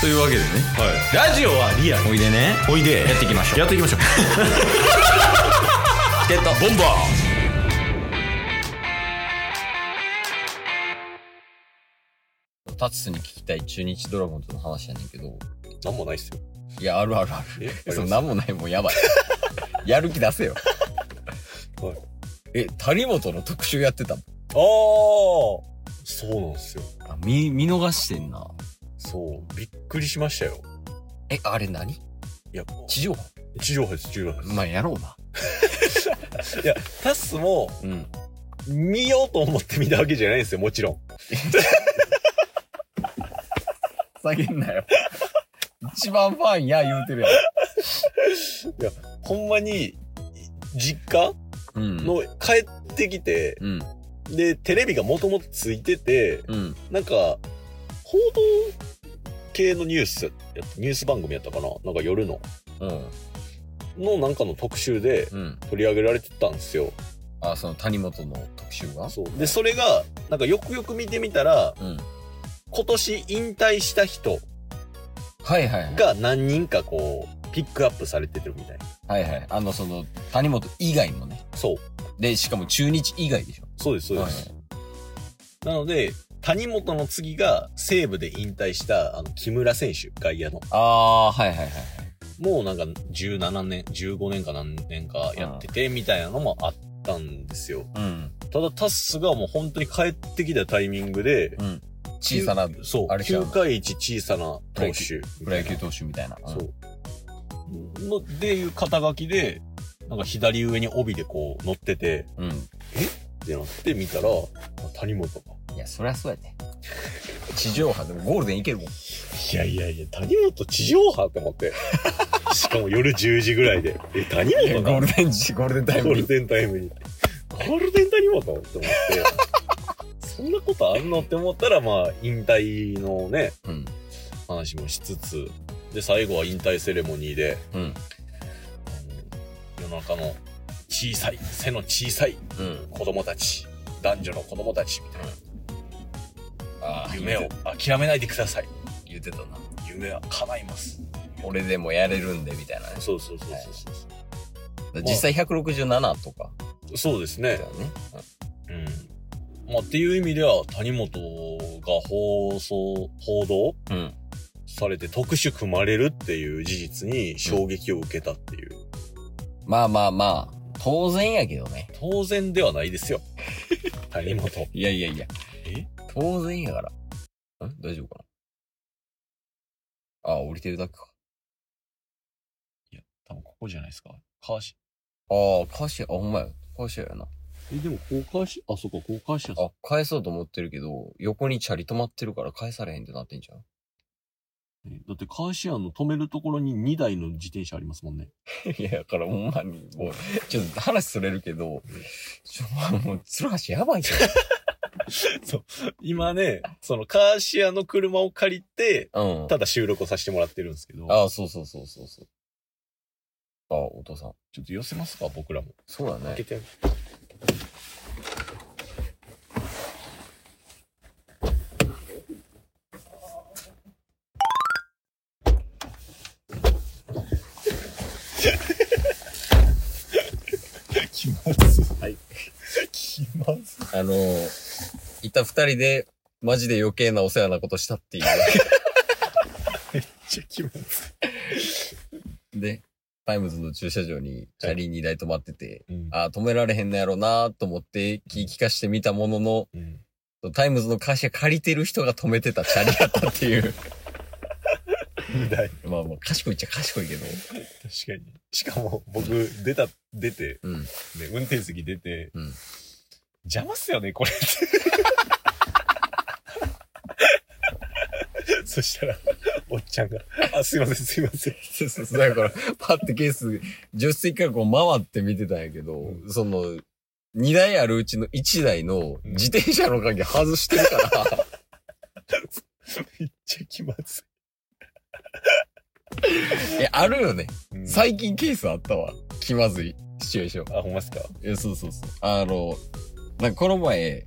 というわけでねラジオはリアルおいでねおいでやっていきましょうやっていきましょうチケットボンバータツスに聞きたい中日ドラゴンズの話やねんけどなんもないっすよいやあるあるあえるそんなんもないもん やばいやる気出せよはいえ谷本の特集やってたもんああそうなんですよあ見見逃してんなそうびっくりしましたよえあれ何いやも地上波う地上波です地上波でまあやろうなすいやタスもうん見ようと思って見たわけじゃないんですよもちろん下げんなよ一番ファンや言うてるやんほんまにい実家うんの帰ってきてうんでテレビがもともとついててうんなんか報道系のニュースやニュース番組やったかななんか夜のうんのなんかの特集でうん取り上げられてたんですよあその谷本の特集がそうでそれがなんかよくよく見てみたらうん今年引退した人はいはいはいが何人かこうピックアップされてるみたいなはいはいあのその谷本以外もねそうでしかも中日以外でしょそうですそうです、はなので谷本の次が西武で引退したあの木村選手外野のああーはいはいはいもうなんか17年15年か何年かやっててみたいなのもあったんですようんただタッスがもう本当に帰ってきたタイミングでうん小さなそうあれちゃう9回1小さな投手プロ野球投手みたいな、うんそう。の、でいう肩書きで、なんか左上に帯でこう乗ってて、うんでなって見たら、谷本が。いやそりゃそうやで 地上波でもゴールデンいけるもんいやいやいや、谷本地上波って思 って。しかも夜10時ぐらいで。え、谷いやゴ本がールデン時ゴールデンタイゴムーにルデンタイムに。ゴールデン谷本って思って。 そんなことあんのって思ったら、まあ、引退のね、うん話もしつつ、で、最後は引退セレモニーで、うんあの世の中の小さい、背の小さいうん子供たち男女の子供たちみたいなああ夢を諦めないでください言ってたな夢は叶います俺でもやれるんでみたいなねそうそうそううそうそうそ実際167とかうそうですだねよねうんまあっていう意味では谷本が放送報道うんされて特殊組まれるっていう事実に衝撃を受けたっていう、 まあまあまあ当然やけどね当然ではないですよ谷本いやいやいや え当然やから。ん大丈夫かなあ、降りてるだけか。多分ここじゃないですか川島ああ、カーシェア、あ、ほんまや。カーシェアやな。えでもこう川島あそここう川島あ、返そうと思ってるけど、横にチャリ止まってるから返されへんってなってんじゃん。だって川島の止めるところに2台の自転車ありますもんね いや、だからほんまに、もう、ちょっと話それるけど、ちょ、もう、ツルハシやばいじ 今ね、そのカーシアの車を借りて、ゃん。うん。ただ収録をさせてもらってるんですけど、ああ、そうそうそうそうそう。ああ、お父さん。ちょっと寄せますか、僕らも。そうだ開けね。てあげて気まずい。はい。気まずい。あのー、いた二人で、マジで余計なお世話なことしたっていう。じゃあ、気分で、タイムズの駐車場にチャリ2台止まってて、うん。ああ、止められへんのやろなと思って気聞かしてみたものの、うん。タイムズの会社借りてる人が止めてたチャリやったっていう。 2台。確まあまあ、賢いっちゃ賢いけど。かに。しかも、僕、出た、出て、うん。ね、運転席出て、うん邪魔っすよね、これ って。そしたら、おっちゃんが、あ、すいません、すいません。 そうそうそう。だから、パッてケース、助手席からこう回って見てたんやけど、うその、2台あるうちの1台の自転車の鍵外してるから、めっちゃ気まずいや、あるよね。い。うん最近ケースあったわ。気まずいシチュエーション。あ、ほんまっすかいや、そうそうそう。あの、なんかこの前、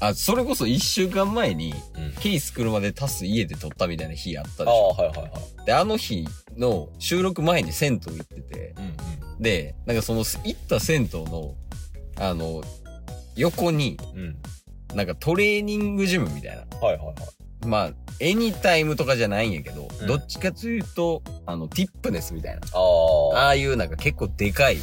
あ、それこそ一週間前に、うんケース車でタス家で撮ったみたいな日あったでしああ、ょ。はいはいはい。で、あの日の収録前に銭湯行ってて、うんうん。で、なんかその行った銭湯の、あの、横に、うん。なんかトレーニングジムみたいな。はいはいはい。まあ、エニタイムとかじゃないんやけど、うんどっちかというと、あの、ティップネスみたいな。ああ。ああいうなんか結構でかい、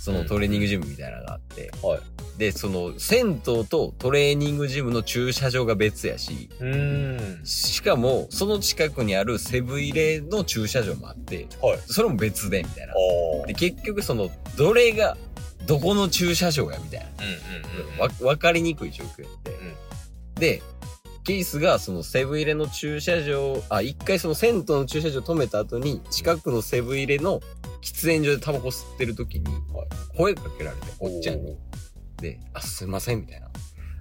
そのうんトレーニングジムみたいなのがあって、はい。で、その、銭湯とトレーニングジムの駐車場が別やし、うーん。しかも、その近くにあるセブン入れの駐車場もあって、はい。それも別で、みたいなあ。あ。で、結局その、どれが、どこの駐車場や、みたいな。うんうんうん。わ、わかりにくい状況やって。で、ケースがそのセブン入れの駐車場、あ、一回その銭湯の駐車場止めた後に、近くのセブン入れの喫煙所でタバコ吸ってる時にはい、声かけられて、おっちゃんに。に。で、あ、すいません、みたいな。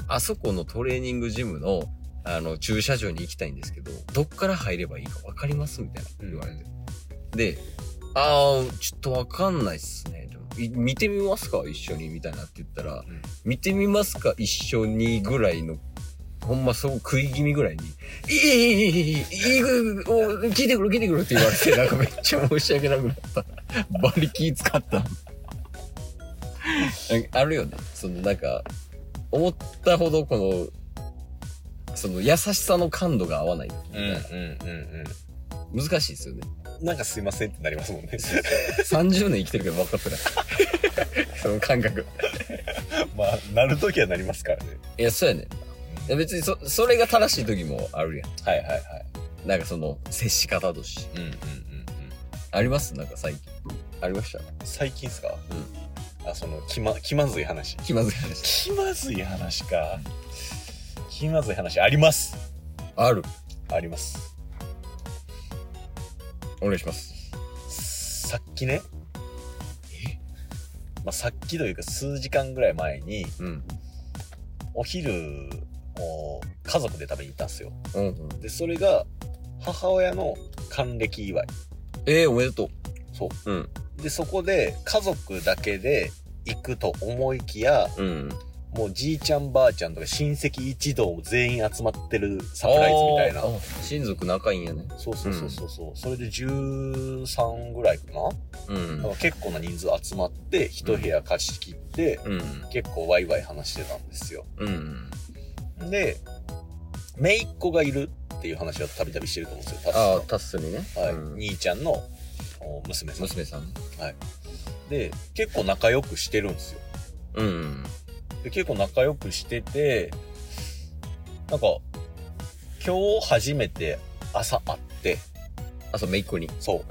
あそこのトレーニングジムの、あの、駐車場に行きたいんですけど、どっから入ればいいか分かりますみたいな言われて。で、あー、ちょっと分かんないっすね。でもい見てみますか一緒にみたいなって言ったら、ん見てみますか一緒にぐらいの、ほんまそう食い気味ぐらいに、いいいいいいいいいいいお聞いてくる聞いてくるって言われて、なんかめっちゃ申し訳なくなった。バリ気使った。あるよね。そのなんか、思ったほどこの、その優しさの感度が合わない時みうんたいな。うんうんう難しいですよね。ん。なんかすいませんってなりますもんね。 30年生きてるけど分かってない。その感覚。まあ、なるときはなりますからね。いや、そうやねん。いや別にそ、それが正しい時もあるやはいはいはい。ん。なんかその、接し方とし。うんうんうんうん。ありますなんか最近。ありました最近っすかうん。あ、その、気ま、気まずい話。気まずい話。気まずい話か。気まずい話あります。ある。あります。お願いします。さっきね。まあ、さっきというか数時間ぐらい前に、うん。お昼を家族で食べに行ったんですよ。うんうん。で、それが母親の還暦祝い。ええおめでとう。。そううん。う。で、そこで家族だけで行くと思いきや、うん。もうじいちゃんばあちゃんとか親戚一同全員集まってるサプライズみたいな。あー。あ親族仲いいんやね。そうそうそうそうそう。それで13ぐらいかな、うんだから結構な人数集まって、一部屋貸し切って、うん。結構ワイワイ話してたんですよ。うん。で、姪っ子がいるっていう話はたびたびしてると思うんですよ。確あかあ、タッスにね。はい、うん兄ちゃんのお娘さん娘さん。で結構仲良くしてるんですようん。で結構仲良くしててなんか今日初めて朝会ってあ、そう、めいっ子に。そ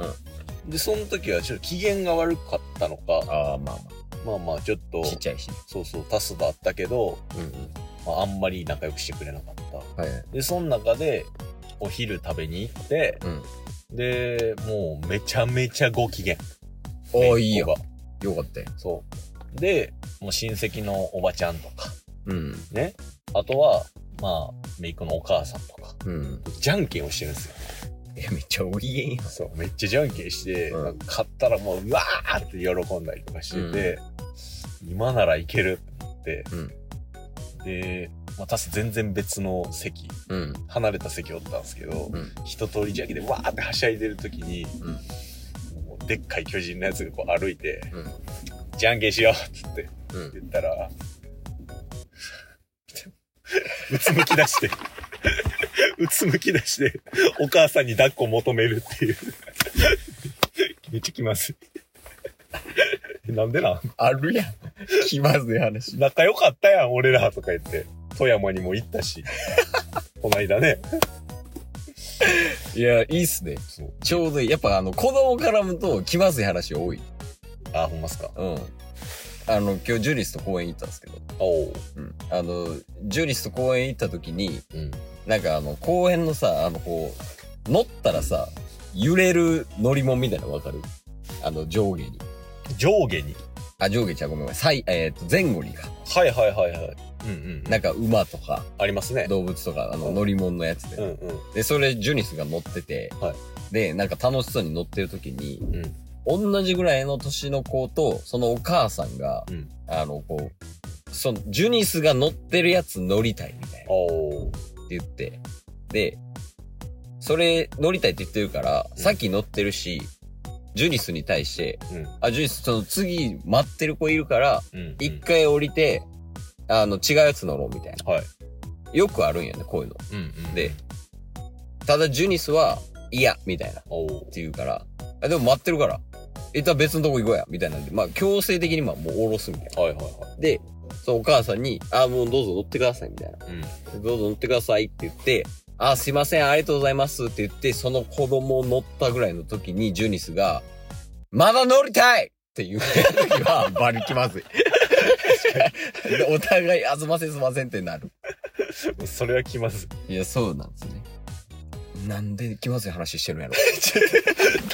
う、でその時はちょっと機嫌が悪かったのかああ、まあままあまあちょっとあ。ちっちゃいし。そうそうタスだったけど、うんうん。まあ、あんまり仲良くしてくれなかったはいはい。でその中でお昼食べに行ってうん。でもうめちゃめちゃご機嫌おー姪いいっよ子。がよかったよ。そうでもう親戚のおばちゃんとかうん。ね。あとは、まあ、メイクのお母さんとか、うん。じゃんけんをしてるんですよ。え、めっちゃお機嫌や。そう、めっちゃじゃんけんして、うんなんか買ったらもう、うわーって喜んだりとかしてて、今ならいけるって思って、で、まあ、私全然別の席、うん。離れた席おったんですけど、うん。一通りじゃんけんでわーってはしゃいでる時に、もうでっかい巨人のやつがこう歩いて、うん。じゃんけんしようって言って、うん言ったら、うつむき出して、うつむき出して、お母さんに抱っこ求めるっていう。めっちゃ気まずい。なんでなんあるやん。 気まずい話。仲良かったやん、俺らとか言って。富山にも行ったし。こないだね。いや、いいっすね。そう。ちょうどいい。やっぱあの、子供絡むと気まずい話多い。あ、ほんまっすか。うん。あの、今日ジュリスと公園行ったんですけど、おう。うん。あの、ジュリスと公園行った時に、うん。なんかあの、公園のさ、あの、こう、乗ったらさ、揺れる乗り物みたいなのわかるあの、上下に。上下に。ああ、上下ちゃうごめんごめん。左えっ、と、前後にか。はいはいはいはい。うんうん。なんか馬とか、ありますね。動物とか、あの、うん乗り物のやつで。うんうん。で、それ、ジュニスが乗ってて、はで、なんか楽しそうに乗ってる時に、うん。同じぐらいの年の子と、そのお母さんが、うんあの、こう、その、ジュニスが乗ってるやつ乗りたいみたいなおって言って、で、それ乗りたいって言ってるから、うんさっき乗ってるし、ジュニスに対して、うん。あ、ジュニス、その次待ってる子いるから、うん。一回降りて、あの、違うやつ乗ろうみたいはな。い。よくあるんやね、こういうの。うんうんで、ただジュニスは、いや、みたいな。っおーて言うから、あでも待ってるから、一旦別のとこ行こうや、みたいなんで、まあ強制的にまあもう降ろすみたいな。はいはいはで、そのお母さんに、あ、もうどうぞ乗ってください、みたいな。い。うん。どうぞ乗ってくださいって言って、あ、すいません、ありがとうございますって言って、その子供を乗ったぐらいの時に、ジュニスが、まだ乗りたいって言う時は、バリ気まずい。で お互い、あずませんすいませんってなる。それは気まずい。 いや、そうなんですね。なんで気まずい話してるんやろ。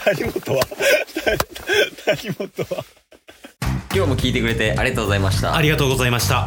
谷本は、 谷本は。今日も聞いてくれてありがとうございましたあ。りがとうございました。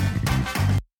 す